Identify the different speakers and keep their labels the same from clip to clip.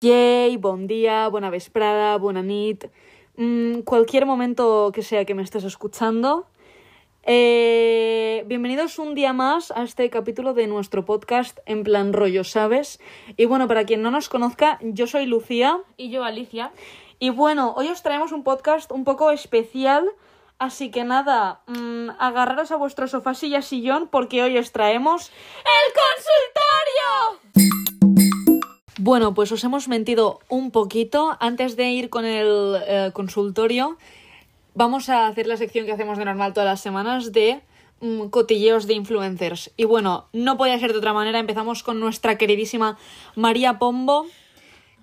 Speaker 1: Yay, buen día, buena vesprada, buena nit, mm, cualquier momento que sea que me estés escuchando. Eh, bienvenidos un día más a este capítulo de nuestro podcast en plan rollo, ¿sabes? Y bueno, para quien no nos conozca, yo soy Lucía.
Speaker 2: Y yo, Alicia.
Speaker 1: Y bueno, hoy os traemos un podcast un poco especial, así que nada, mm, agarraros a vuestro sofá, silla, sillón, porque hoy os traemos
Speaker 2: ¡El consultorio!
Speaker 1: Bueno, pues os hemos mentido un poquito. Antes de ir con el eh, consultorio, vamos a hacer la sección que hacemos de normal todas las semanas de mm, cotilleos de influencers. Y bueno, no podía ser de otra manera. Empezamos con nuestra queridísima María Pombo,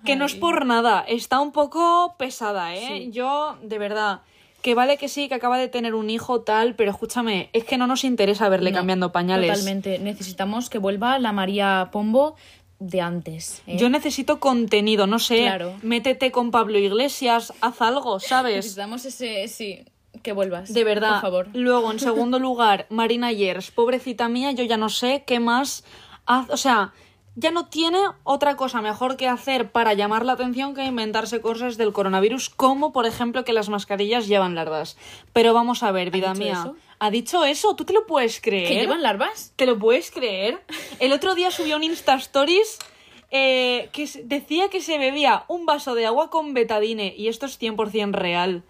Speaker 1: que no es por nada, está un poco pesada, ¿eh? Yo, de verdad, que vale que sí, que acaba de tener un hijo tal, pero escúchame, es que no nos interesa verle
Speaker 2: No,
Speaker 1: cambiando pañales.
Speaker 2: Totalmente. Necesitamos que vuelva la María Pombo de antes. ¿eh?
Speaker 1: Yo necesito contenido, no sé,
Speaker 2: Claro.
Speaker 1: métete con Pablo Iglesias, haz algo, ¿sabes?
Speaker 2: Necesitamos ese. Sí, que vuelvas.
Speaker 1: De verdad.
Speaker 2: Por favor.
Speaker 1: Luego, en segundo lugar, Marina Yers, pobrecita mía, yo ya no sé qué más. haz- o sea, ya no tiene otra cosa mejor que hacer para llamar la atención que inventarse cosas del coronavirus, como por ejemplo que las mascarillas llevan largas. Pero vamos a ver, vida
Speaker 2: dicho
Speaker 1: mía.
Speaker 2: eso?
Speaker 1: ¿Ha dicho eso? ¿Tú te lo puedes creer?
Speaker 2: ¿Que llevan larvas?
Speaker 1: ¿Te lo puedes creer? El otro día subió un Insta Stories eh, que s- decía que se bebía un vaso de agua con betadine y esto es 100% real.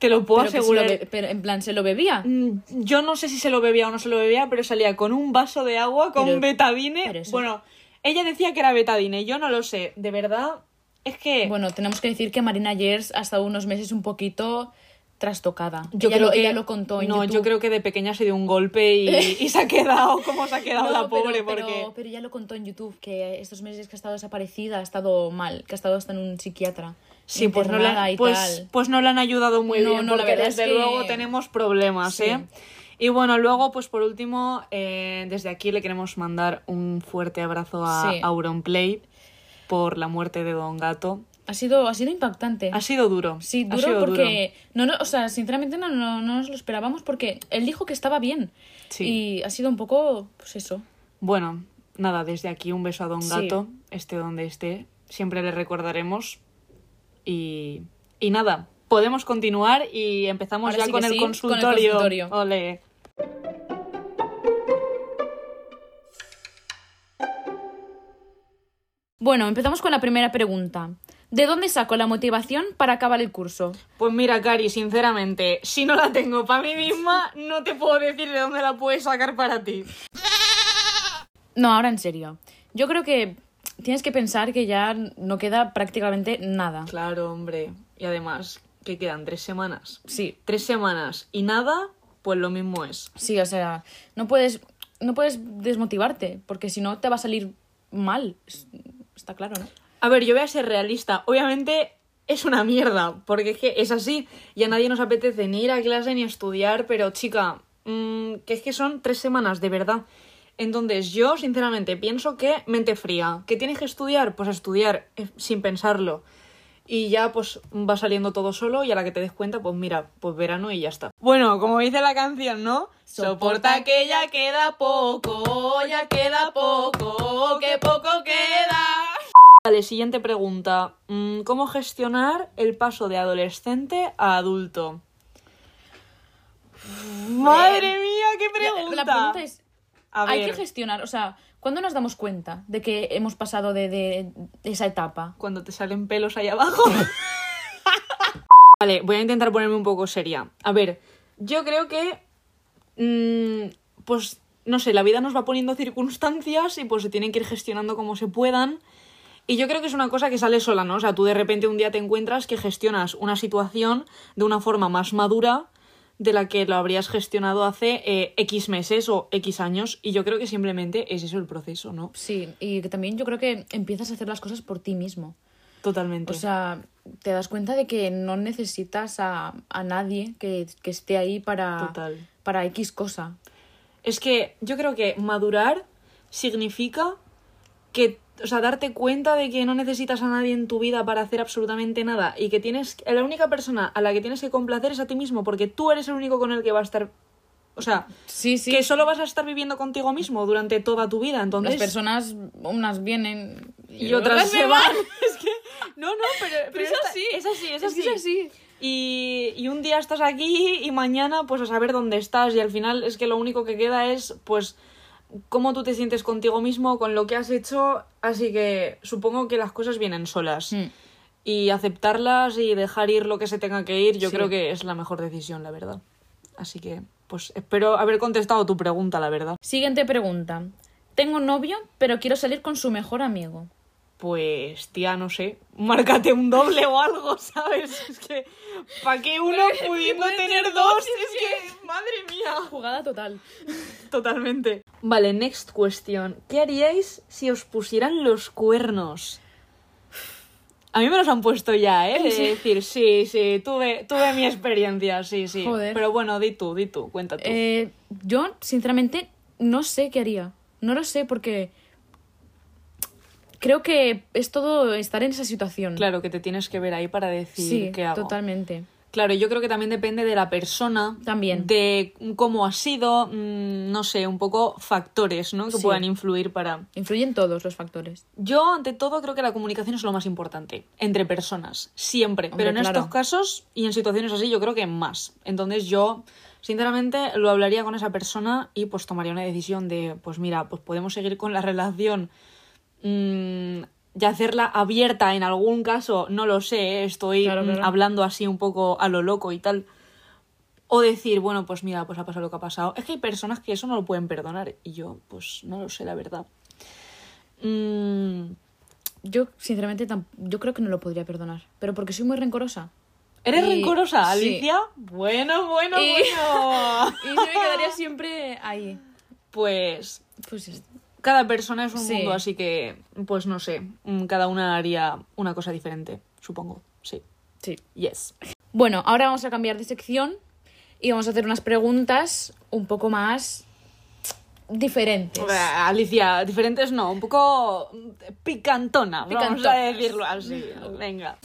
Speaker 1: Te lo puedo
Speaker 2: Pero que se
Speaker 1: asegurar.
Speaker 2: lo be- pero en plan, ¿se lo bebía?
Speaker 1: Mm, Yo no sé si se lo bebía o no se lo bebía, pero salía con un vaso de agua con
Speaker 2: Pero-
Speaker 1: betadine.
Speaker 2: pero eso-
Speaker 1: Bueno, ella decía que era betadine, yo no lo sé. De verdad, es que...
Speaker 2: Bueno, tenemos que decir que Marina Yers ha estado unos meses un poquito trastocada.
Speaker 1: yo
Speaker 2: ella
Speaker 1: creo
Speaker 2: lo,
Speaker 1: que
Speaker 2: ella lo contó en
Speaker 1: No, yo
Speaker 2: YouTube.
Speaker 1: creo que de pequeña se dio un golpe y, y se ha quedado como se ha quedado
Speaker 2: No,
Speaker 1: la
Speaker 2: pero-
Speaker 1: pobre,
Speaker 2: pero,
Speaker 1: porque...
Speaker 2: pero ya lo contó en YouTube, que estos meses que ha estado desaparecida ha estado mal, que ha estado hasta en un psiquiatra.
Speaker 1: Sí, pues no, le,
Speaker 2: internada y
Speaker 1: pues,
Speaker 2: tal.
Speaker 1: pues no le han ayudado muy
Speaker 2: No,
Speaker 1: bien,
Speaker 2: no, la
Speaker 1: porque
Speaker 2: verdad es
Speaker 1: desde
Speaker 2: que-
Speaker 1: luego tenemos problemas,
Speaker 2: Sí.
Speaker 1: ¿eh? Y bueno, luego, pues por último, eh, desde aquí le queremos mandar un fuerte abrazo a
Speaker 2: Sí.
Speaker 1: Auronplay por la muerte de Don Gato.
Speaker 2: Ha sido, ha sido impactante.
Speaker 1: Ha sido duro.
Speaker 2: Sí,
Speaker 1: ha sido
Speaker 2: duro porque. No, no, o sea, sinceramente no, no, no nos lo esperábamos porque él dijo que estaba bien.
Speaker 1: Sí.
Speaker 2: Y ha sido un poco, pues eso.
Speaker 1: Bueno, nada, desde aquí un beso a Don
Speaker 2: Sí.
Speaker 1: Gato, esté donde esté. Siempre le recordaremos. Y, y nada, podemos continuar y empezamos
Speaker 2: Ahora
Speaker 1: ya
Speaker 2: sí
Speaker 1: con,
Speaker 2: que
Speaker 1: el
Speaker 2: sí, con el
Speaker 1: consultorio.
Speaker 2: consultorio.
Speaker 1: Ole.
Speaker 2: Bueno, empezamos con la primera pregunta. ¿De dónde saco la motivación para acabar el curso?
Speaker 1: Pues mira, Cari, sinceramente, si no la tengo para mí misma, no te puedo decir de dónde la puedes sacar para ti.
Speaker 2: No, ahora en serio. Yo creo que tienes que pensar que ya no queda prácticamente nada.
Speaker 1: Claro, hombre. Y además, que quedan tres semanas.
Speaker 2: Sí,
Speaker 1: Tres semanas y nada, pues lo mismo es.
Speaker 2: sí, o sea, no puedes, no puedes desmotivarte porque si no te va a salir mal. Es- Está claro, ¿no?
Speaker 1: A ver, yo voy a ser realista. Obviamente es una mierda, porque es que es así. Y a nadie nos apetece ni ir a clase ni estudiar, pero chica, mm, que es que son tres semanas, de verdad. Entonces yo, sinceramente, pienso que mente fría. ¿Que tienes que estudiar? Pues estudiar eh, sin pensarlo. Y ya pues va saliendo todo solo y a la que te des cuenta, pues mira, pues verano y ya está. Bueno, como dice la canción, ¿no? Soporta que ya queda poco, ya queda poco, que poco queda. Vale, siguiente pregunta. Mm, ¿Cómo gestionar el paso de adolescente a adulto? Madre mía, qué pregunta.
Speaker 2: La, la pregunta es,
Speaker 1: A
Speaker 2: hay
Speaker 1: ver,
Speaker 2: que gestionar, o sea, ¿cuándo nos damos cuenta de que hemos pasado de, de- de esa etapa?
Speaker 1: cuando te salen pelos ahí abajo. vale, voy a intentar ponerme un poco seria. A ver, yo creo que mm, pues no sé, la vida nos va poniendo circunstancias y pues se tienen que ir gestionando como se puedan. Y yo creo que es una cosa que sale sola, ¿no? O sea, tú de repente un día te encuentras que gestionas una situación de una forma más madura de la que lo habrías gestionado hace eh, X meses o X años. Y yo creo que simplemente es eso el proceso, ¿no?
Speaker 2: Sí, y que también yo creo que empiezas a hacer las cosas por ti mismo.
Speaker 1: Totalmente.
Speaker 2: O sea, te das cuenta de que no necesitas a, a nadie que, que esté ahí para,
Speaker 1: Total.
Speaker 2: para X cosa.
Speaker 1: Es que yo creo que madurar significa que, o sea, darte cuenta de que no necesitas a nadie en tu vida para hacer absolutamente nada y que tienes, la única persona a la que tienes que complacer es a ti mismo porque tú eres el único con el que va a estar, o sea,
Speaker 2: Sí, sí.
Speaker 1: que solo vas a estar viviendo contigo mismo durante toda tu vida, entonces...
Speaker 2: Las personas, unas vienen
Speaker 1: Y otras se van. Es que No, no, pero,
Speaker 2: Pero es
Speaker 1: esta-
Speaker 2: así.
Speaker 1: Es así, es
Speaker 2: Es
Speaker 1: así.
Speaker 2: que es así.
Speaker 1: Y, y un día estás aquí y mañana pues a saber dónde estás y al final es que lo único que queda es pues cómo tú te sientes contigo mismo, con lo que has hecho, así que supongo que las cosas vienen solas.
Speaker 2: Mm.
Speaker 1: Y aceptarlas y dejar ir lo que se tenga que ir, yo
Speaker 2: Sí.
Speaker 1: creo que es la mejor decisión, la verdad. Así que pues espero haber contestado tu pregunta, la verdad.
Speaker 2: Siguiente pregunta. Tengo novio, pero quiero salir con su mejor amigo.
Speaker 1: Pues, tía, no sé, márcate un doble o algo, ¿sabes? Es que, ¿para qué uno
Speaker 2: es que
Speaker 1: pudiendo
Speaker 2: puede
Speaker 1: tener
Speaker 2: tener
Speaker 1: dos?
Speaker 2: dos,
Speaker 1: Es que, madre mía.
Speaker 2: Jugada total.
Speaker 1: Totalmente. Vale, next question. ¿Qué haríais si os pusieran los cuernos? A mí me los han puesto ya, ¿eh? Es decir, sí, sí, tuve, tuve mi experiencia, sí, sí.
Speaker 2: Joder.
Speaker 1: Pero bueno, di tú, di tú, cuenta tú.
Speaker 2: Eh, yo, sinceramente, no sé qué haría. No lo sé porque creo que es todo estar en esa situación.
Speaker 1: Claro, que te tienes que ver ahí para decir
Speaker 2: Sí,
Speaker 1: qué hago.
Speaker 2: totalmente.
Speaker 1: Claro, yo creo que también depende de la persona.
Speaker 2: También.
Speaker 1: De cómo ha sido, mm, no sé, un poco factores, ¿no? Que
Speaker 2: Sí.
Speaker 1: puedan influir para.
Speaker 2: Influyen todos los factores.
Speaker 1: Yo, ante todo, creo que la comunicación es lo más importante. Entre personas. Siempre.
Speaker 2: Hombre,
Speaker 1: Pero en
Speaker 2: claro.
Speaker 1: estos casos y en situaciones así, yo creo que más. Entonces, yo, sinceramente, lo hablaría con esa persona y pues tomaría una decisión de, pues mira, pues podemos seguir con la relación mm, y hacerla abierta en algún caso, no lo sé, ¿eh? estoy
Speaker 2: Claro,
Speaker 1: mm,
Speaker 2: claro.
Speaker 1: hablando así un poco a lo loco y tal. O decir, bueno, pues mira, pues ha pasado lo que ha pasado. Es que hay personas que eso no lo pueden perdonar y yo, pues no lo sé, la verdad. Mm,
Speaker 2: Yo, sinceramente, tam- yo creo que no lo podría perdonar. Pero porque soy muy rencorosa.
Speaker 1: ¿Eres
Speaker 2: Y-
Speaker 1: rencorosa,
Speaker 2: sí.
Speaker 1: Alicia? Bueno, bueno,
Speaker 2: Y-
Speaker 1: bueno.
Speaker 2: Y se me quedaría siempre ahí.
Speaker 1: Pues
Speaker 2: Pues es-
Speaker 1: cada persona es un
Speaker 2: Sí.
Speaker 1: mundo, así que, pues no sé, mm, cada una haría una cosa diferente, supongo. Sí.
Speaker 2: sí.
Speaker 1: Yes.
Speaker 2: Bueno, ahora vamos a cambiar de sección y vamos a hacer unas preguntas un poco más diferentes.
Speaker 1: Bah, Alicia, diferentes no, un poco mm, picantona, vamos a
Speaker 2: Picantona.
Speaker 1: decirlo así. Venga.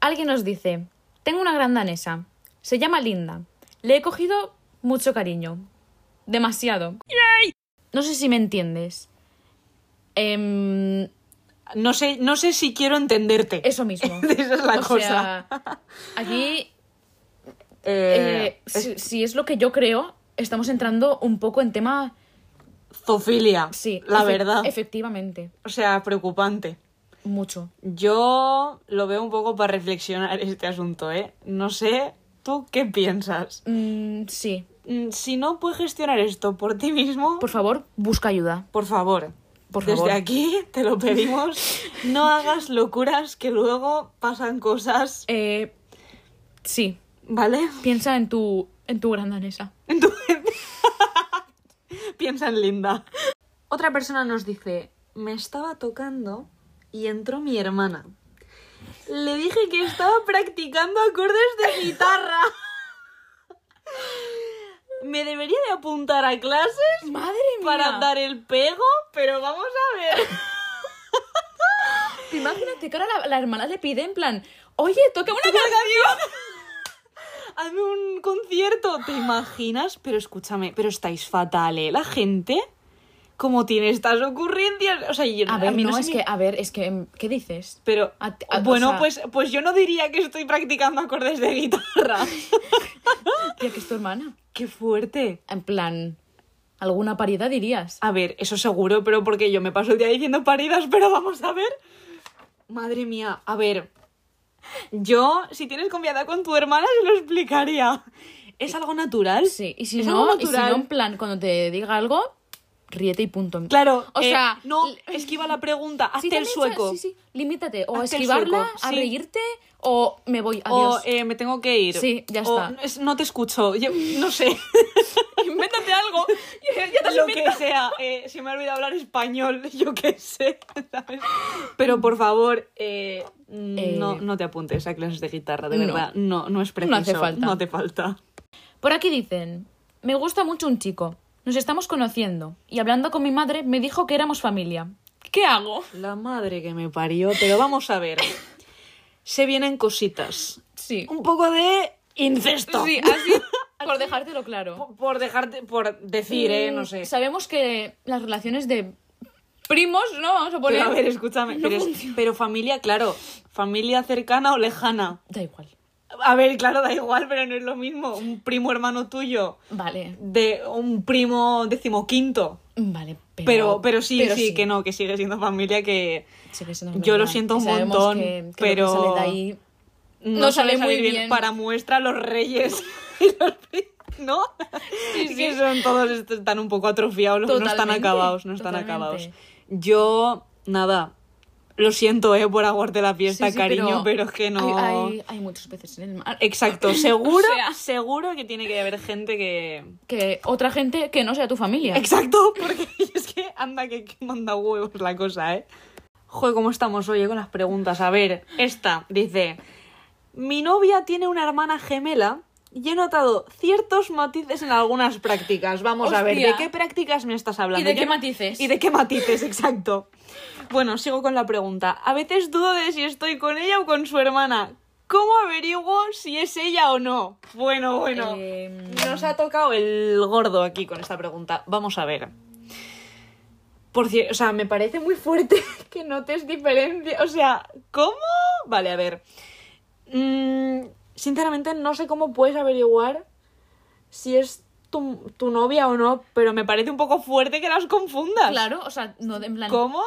Speaker 2: Alguien nos dice, tengo una gran danesa, se llama Linda, le he cogido mucho cariño, demasiado. No sé si me entiendes. Em,
Speaker 1: No sé, no sé si quiero entenderte.
Speaker 2: eso mismo.
Speaker 1: Esa es la
Speaker 2: O
Speaker 1: cosa.
Speaker 2: sea, aquí,
Speaker 1: Eh,
Speaker 2: eh, si, si es lo que yo creo, estamos entrando un poco en tema...
Speaker 1: Zofilia.
Speaker 2: Sí,
Speaker 1: La
Speaker 2: efe-
Speaker 1: verdad.
Speaker 2: Efectivamente,
Speaker 1: O sea, preocupante.
Speaker 2: mucho.
Speaker 1: Yo lo veo un poco para reflexionar este asunto, ¿eh? No sé, ¿tú qué piensas?
Speaker 2: Mm, sí,
Speaker 1: Mm, Si no puedes gestionar esto por ti mismo,
Speaker 2: por
Speaker 1: por,
Speaker 2: favor, busca ayuda.
Speaker 1: favor,
Speaker 2: Por
Speaker 1: desde
Speaker 2: favor.
Speaker 1: aquí te lo pedimos, no hagas locuras que luego pasan cosas,
Speaker 2: Eh, sí,
Speaker 1: ¿vale?
Speaker 2: piensa en tu, en tu gran danesa.
Speaker 1: Piensa en Linda. Otra persona nos dice, me estaba tocando y entró mi hermana. Le dije que estaba practicando acordes de guitarra. ¿Me debería de apuntar a clases
Speaker 2: ¡Madre mía!
Speaker 1: para dar el pego? Pero vamos a ver.
Speaker 2: Imagínate que ahora la, la hermana le pide en plan, oye, toca una canción.
Speaker 1: Hazme un concierto, ¿te imaginas? Pero escúchame, pero estáis fatal, ¿eh? La gente, ¿cómo tiene estas ocurrencias? O sea, yo-
Speaker 2: A ver,
Speaker 1: mí
Speaker 2: no,
Speaker 1: se
Speaker 2: es
Speaker 1: me-
Speaker 2: que, a ver, es que, mm, ¿qué dices?
Speaker 1: Pero
Speaker 2: A ti- a-
Speaker 1: bueno,
Speaker 2: o sea-
Speaker 1: pues, pues yo no diría que estoy practicando acordes de guitarra.
Speaker 2: Tía, que es tu hermana.
Speaker 1: ¡Qué fuerte!
Speaker 2: En plan, alguna paridad dirías.
Speaker 1: A ver, eso seguro, pero porque yo me paso el día diciendo paridas, pero vamos a ver. Madre mía, a ver. Yo, si tienes confianza con tu hermana, se lo explicaría. ¿Es algo natural?
Speaker 2: Sí, y si
Speaker 1: Es algo
Speaker 2: no, y si
Speaker 1: natural.
Speaker 2: no, en plan, cuando te diga algo, ríete y punto.
Speaker 1: Claro,
Speaker 2: O
Speaker 1: eh,
Speaker 2: sea,
Speaker 1: no,
Speaker 2: l-
Speaker 1: esquiva la pregunta,
Speaker 2: Sí,
Speaker 1: hazte
Speaker 2: te
Speaker 1: el
Speaker 2: han hecho-
Speaker 1: sueco.
Speaker 2: Sí, sí, limítate. O
Speaker 1: Hazte el
Speaker 2: esquivarla,
Speaker 1: sueco,
Speaker 2: a
Speaker 1: sí.
Speaker 2: reírte, o me voy,
Speaker 1: O
Speaker 2: adiós.
Speaker 1: eh, me tengo que ir.
Speaker 2: Sí, ya
Speaker 1: O,
Speaker 2: está.
Speaker 1: "Es- no te escucho, yo- no sé.
Speaker 2: Invéntate algo. Ya te has
Speaker 1: lo
Speaker 2: inventado.
Speaker 1: que sea. Eh, se me ha olvidado hablar español, yo qué sé. ¿sabes? Pero por favor, eh, no,
Speaker 2: Mm. Eh,
Speaker 1: no te apuntes a clases de guitarra, de
Speaker 2: no.
Speaker 1: verdad. No, no es preciso.
Speaker 2: hace falta.
Speaker 1: No hace falta.
Speaker 2: Por aquí dicen, me gusta mucho un chico. Nos estamos conociendo y hablando con mi madre me dijo que éramos familia. ¿Qué hago?
Speaker 1: La madre que me parió, pero vamos a ver. Se vienen cositas.
Speaker 2: Sí.
Speaker 1: Un poco de incesto.
Speaker 2: Sí, así por dejártelo claro. Mm,
Speaker 1: Por- Por dejarte, por decir, eh, no sé.
Speaker 2: Sabemos que las relaciones de primos, ¿no? Vamos a poner.
Speaker 1: Pero a ver, escúchame.
Speaker 2: No
Speaker 1: pero, es- pero familia, claro. Familia cercana o lejana.
Speaker 2: Da igual.
Speaker 1: A ver, claro, da igual, pero no es lo mismo. Un primo hermano tuyo.
Speaker 2: Vale.
Speaker 1: De un primo decimoquinto.
Speaker 2: Vale, pero.
Speaker 1: Pero, pero sí, sí, que no, que sigue siendo familia, que
Speaker 2: Sí que eso no es
Speaker 1: yo lo
Speaker 2: verdad.
Speaker 1: siento un
Speaker 2: Que sabemos
Speaker 1: montón,
Speaker 2: que- que lo que
Speaker 1: pero-
Speaker 2: sale de ahí-
Speaker 1: no, suele
Speaker 2: No sale muy
Speaker 1: salir bien.
Speaker 2: bien.
Speaker 1: Para muestra, los reyes y los pri- ¿No?
Speaker 2: Sí,
Speaker 1: Que
Speaker 2: sí.
Speaker 1: son todos est- están un poco atrofiados, no están
Speaker 2: Totalmente,
Speaker 1: acabados, no están
Speaker 2: totalmente.
Speaker 1: acabados. Yo, nada, lo siento, eh, por aguarte la fiesta,
Speaker 2: Sí, sí,
Speaker 1: cariño, pero... es que no.
Speaker 2: Hay, hay, hay muchos peces en el mar.
Speaker 1: Exacto, seguro,
Speaker 2: O sea.
Speaker 1: seguro que tiene que haber gente que.
Speaker 2: Que otra gente que no sea tu familia.
Speaker 1: Exacto, porque es que anda que, que manda huevos la cosa, ¿eh? Joder, ¿cómo estamos hoy eh, con las preguntas? A ver, esta dice: Mi novia tiene una hermana gemela y he notado ciertos matices en algunas prácticas. Vamos a ver, ¿de
Speaker 2: Hostia.
Speaker 1: qué prácticas me estás hablando?
Speaker 2: ¿Y de
Speaker 1: Yo
Speaker 2: qué
Speaker 1: no-
Speaker 2: matices?
Speaker 1: ¿Y de qué matices? Exacto. Bueno, sigo con la pregunta. A veces dudo de si estoy con ella o con su hermana. ¿Cómo averiguo si es ella o no? Bueno, bueno.
Speaker 2: Em,
Speaker 1: Nos ha tocado el gordo aquí con esta pregunta. Vamos a ver. Por cier- o sea, me parece muy fuerte que notes diferencia. O sea, ¿cómo? Vale, a ver. Mm, sinceramente, no sé cómo puedes averiguar si es tu, tu novia o no, pero me parece un poco fuerte que las confundas.
Speaker 2: Claro, o sea, no, en plan.
Speaker 1: ¿Cómo?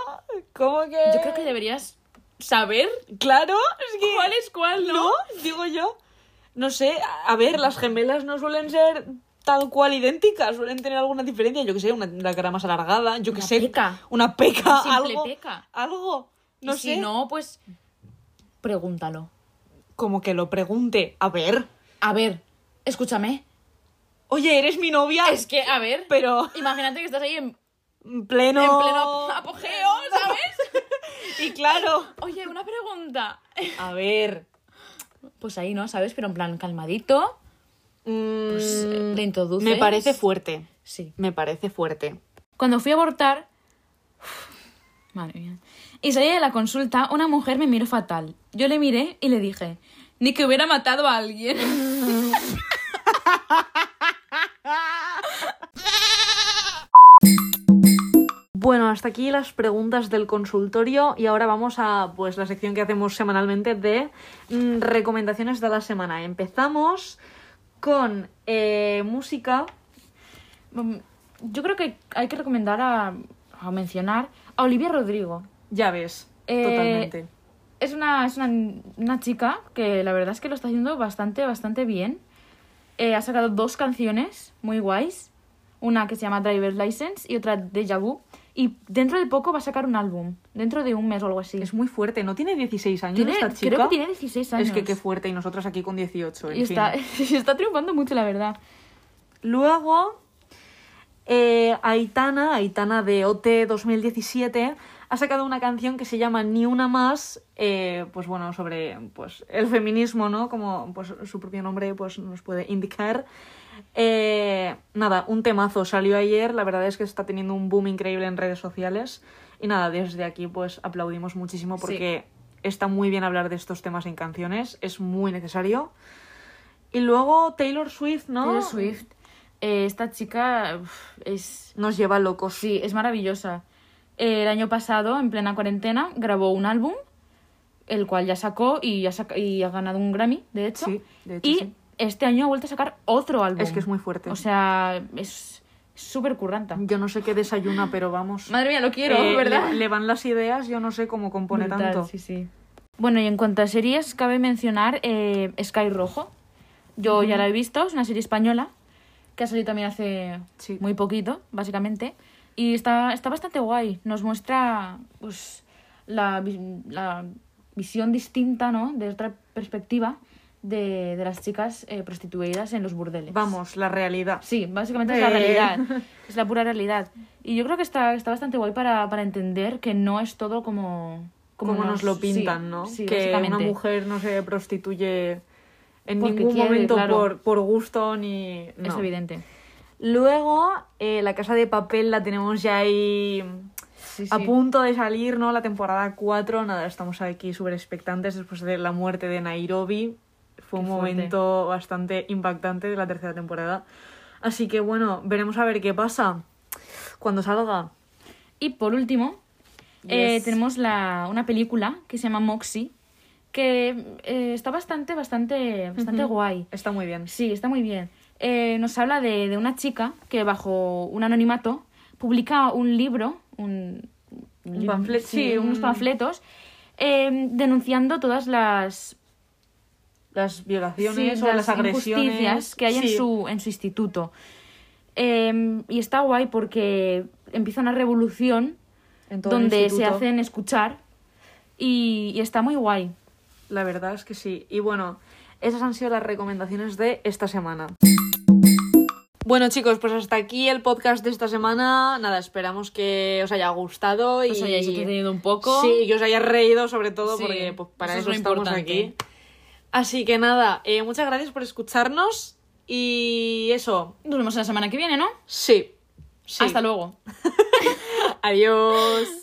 Speaker 1: ¿Cómo que.?
Speaker 2: Yo creo que deberías saber
Speaker 1: Claro, es que.
Speaker 2: cuál es cuál, ¿no?
Speaker 1: ¿No? Digo yo. No sé, a- a ver, las gemelas no suelen ser tal cual idénticas, suelen tener alguna diferencia, yo que sé, una, la cara más alargada, yo que
Speaker 2: Una
Speaker 1: sé,
Speaker 2: peca.
Speaker 1: una peca,
Speaker 2: Una simple
Speaker 1: algo,
Speaker 2: peca.
Speaker 1: algo,
Speaker 2: Y
Speaker 1: no sé,
Speaker 2: Si no, pues. Pregúntalo.
Speaker 1: como que lo pregunte, a ver,
Speaker 2: A ver, escúchame.
Speaker 1: oye, eres mi novia,
Speaker 2: Es que, a ver.
Speaker 1: pero
Speaker 2: Imagínate que estás ahí en,
Speaker 1: en pleno,
Speaker 2: en pleno apogeo, ¿sabes?
Speaker 1: y claro,
Speaker 2: Oye, una pregunta.
Speaker 1: a ver,
Speaker 2: Pues ahí no, ¿sabes? Pero en plan calmadito. Pues,
Speaker 1: mm,
Speaker 2: le introduces.
Speaker 1: me parece fuerte,
Speaker 2: Sí.
Speaker 1: me parece fuerte,
Speaker 2: Cuando fui a abortar. uf, Madre mía. Y salí de la consulta, una mujer me miró fatal. Yo le miré y le dije, ni que hubiera matado a alguien.
Speaker 1: Bueno, hasta aquí las preguntas del consultorio y ahora vamos a pues la sección que hacemos semanalmente de mm, recomendaciones de la semana. Empezamos con eh, música.
Speaker 2: Mm, Yo creo que hay que recomendar a, a mencionar a Olivia Rodrigo.
Speaker 1: Ya ves,
Speaker 2: Eh,
Speaker 1: totalmente.
Speaker 2: Es una, es una, una chica que la verdad es que lo está haciendo bastante, bastante bien. Eh, ha sacado dos canciones muy guays. Una que se llama Driver's License y otra Deja Vu. Y dentro de poco va a sacar un álbum. Dentro de un mes o algo así.
Speaker 1: Es muy fuerte, ¿no tiene 16 años
Speaker 2: Tiene-
Speaker 1: esta chica?
Speaker 2: creo que tiene 16 años.
Speaker 1: Es que qué fuerte y nosotras aquí con 18. en
Speaker 2: y está,
Speaker 1: fin.
Speaker 2: y está triunfando mucho, la verdad.
Speaker 1: Luego, eh, Aitana, Aitana de OT 2017, ha sacado una canción que se llama Ni una más, eh, pues bueno, sobre pues, el feminismo, ¿no? Como pues, su propio nombre pues, nos puede indicar. Eh, nada, un temazo salió ayer, la verdad es que está teniendo un boom increíble en redes sociales. Y nada, desde aquí pues aplaudimos muchísimo porque está muy bien hablar de estos temas en canciones, es muy necesario. Y luego Taylor Swift, ¿no?
Speaker 2: Taylor Swift. Eh, esta chica uf, es
Speaker 1: nos lleva locos.
Speaker 2: Sí, es maravillosa. Eh, El año pasado, en plena cuarentena, grabó un álbum, el cual ya sacó y, ya saca- y ha ganado un Grammy, de hecho.
Speaker 1: Sí, de hecho,
Speaker 2: y
Speaker 1: sí.
Speaker 2: este año ha vuelto a sacar otro álbum.
Speaker 1: Es que es muy fuerte.
Speaker 2: O sea, es súper curranta.
Speaker 1: Yo no sé qué desayuna, pero vamos.
Speaker 2: Madre mía, lo quiero,
Speaker 1: Eh,
Speaker 2: ¿verdad?
Speaker 1: Le, le van las ideas, yo no sé cómo compone
Speaker 2: Brutal,
Speaker 1: tanto.
Speaker 2: sí, sí. Bueno, y en cuanto a series, cabe mencionar eh, Sky Rojo. Yo ya la he visto, es una serie española que ha salido también hace
Speaker 1: Sí.
Speaker 2: muy poquito, básicamente. Y está, está bastante guay. Nos muestra pues, la, vi- la visión distinta, ¿no? De otra perspectiva de, de las chicas eh, prostituidas en los burdeles.
Speaker 1: Vamos, la realidad.
Speaker 2: Sí, básicamente es la
Speaker 1: Eh.
Speaker 2: realidad. Es la pura realidad. Y yo creo que está, está bastante guay para, para entender que no es todo como.
Speaker 1: Como nos, lo
Speaker 2: sí,
Speaker 1: pintan, ¿no?
Speaker 2: Sí,
Speaker 1: que una
Speaker 2: básicamente.
Speaker 1: mujer no se prostituye en
Speaker 2: Porque
Speaker 1: ningún
Speaker 2: quiere,
Speaker 1: momento
Speaker 2: claro.
Speaker 1: por, por gusto ni.
Speaker 2: Es
Speaker 1: no.
Speaker 2: evidente.
Speaker 1: Luego, eh, la casa de papel la tenemos ya ahí
Speaker 2: Sí,
Speaker 1: a
Speaker 2: sí.
Speaker 1: punto de salir, ¿no? La temporada 4, nada, estamos aquí súper expectantes después de la muerte de Nairobi. Fue
Speaker 2: Qué
Speaker 1: un
Speaker 2: fuerte.
Speaker 1: momento bastante impactante de la tercera temporada. Así que bueno, veremos a ver qué pasa cuando salga.
Speaker 2: Y por último, Eh,
Speaker 1: Yes.
Speaker 2: tenemos la, una película que se llama Moxie, que eh, está bastante, bastante, bastante
Speaker 1: Ujú.
Speaker 2: guay.
Speaker 1: Está muy bien.
Speaker 2: Sí, está muy bien. Eh, nos habla de, de una chica que bajo un anonimato publica un libro, un,
Speaker 1: Un panfleto,
Speaker 2: sí,
Speaker 1: sí,
Speaker 2: unos
Speaker 1: un-
Speaker 2: panfletos, eh, denunciando todas las,
Speaker 1: Las violaciones
Speaker 2: sí,
Speaker 1: o las, agresiones.
Speaker 2: injusticias que hay en,
Speaker 1: Sí.
Speaker 2: su, en su instituto. Eh, y está guay porque empieza una revolución
Speaker 1: En todo el
Speaker 2: donde se
Speaker 1: instituto.
Speaker 2: hacen escuchar y, y está muy guay.
Speaker 1: La verdad es que sí. Y bueno, esas han sido las recomendaciones de esta semana. Bueno chicos, pues hasta aquí el podcast de esta semana. Nada, esperamos que os haya gustado y
Speaker 2: Os hayáis entretenido un poco.
Speaker 1: Sí, que os hayáis reído sobre todo
Speaker 2: Sí,
Speaker 1: porque pues, para
Speaker 2: eso es
Speaker 1: eso,
Speaker 2: lo
Speaker 1: estamos
Speaker 2: importante.
Speaker 1: aquí. Así que nada, eh, muchas gracias por escucharnos y eso.
Speaker 2: Nos vemos la semana que viene, ¿no?
Speaker 1: Sí. sí.
Speaker 2: Hasta luego.
Speaker 1: Adiós.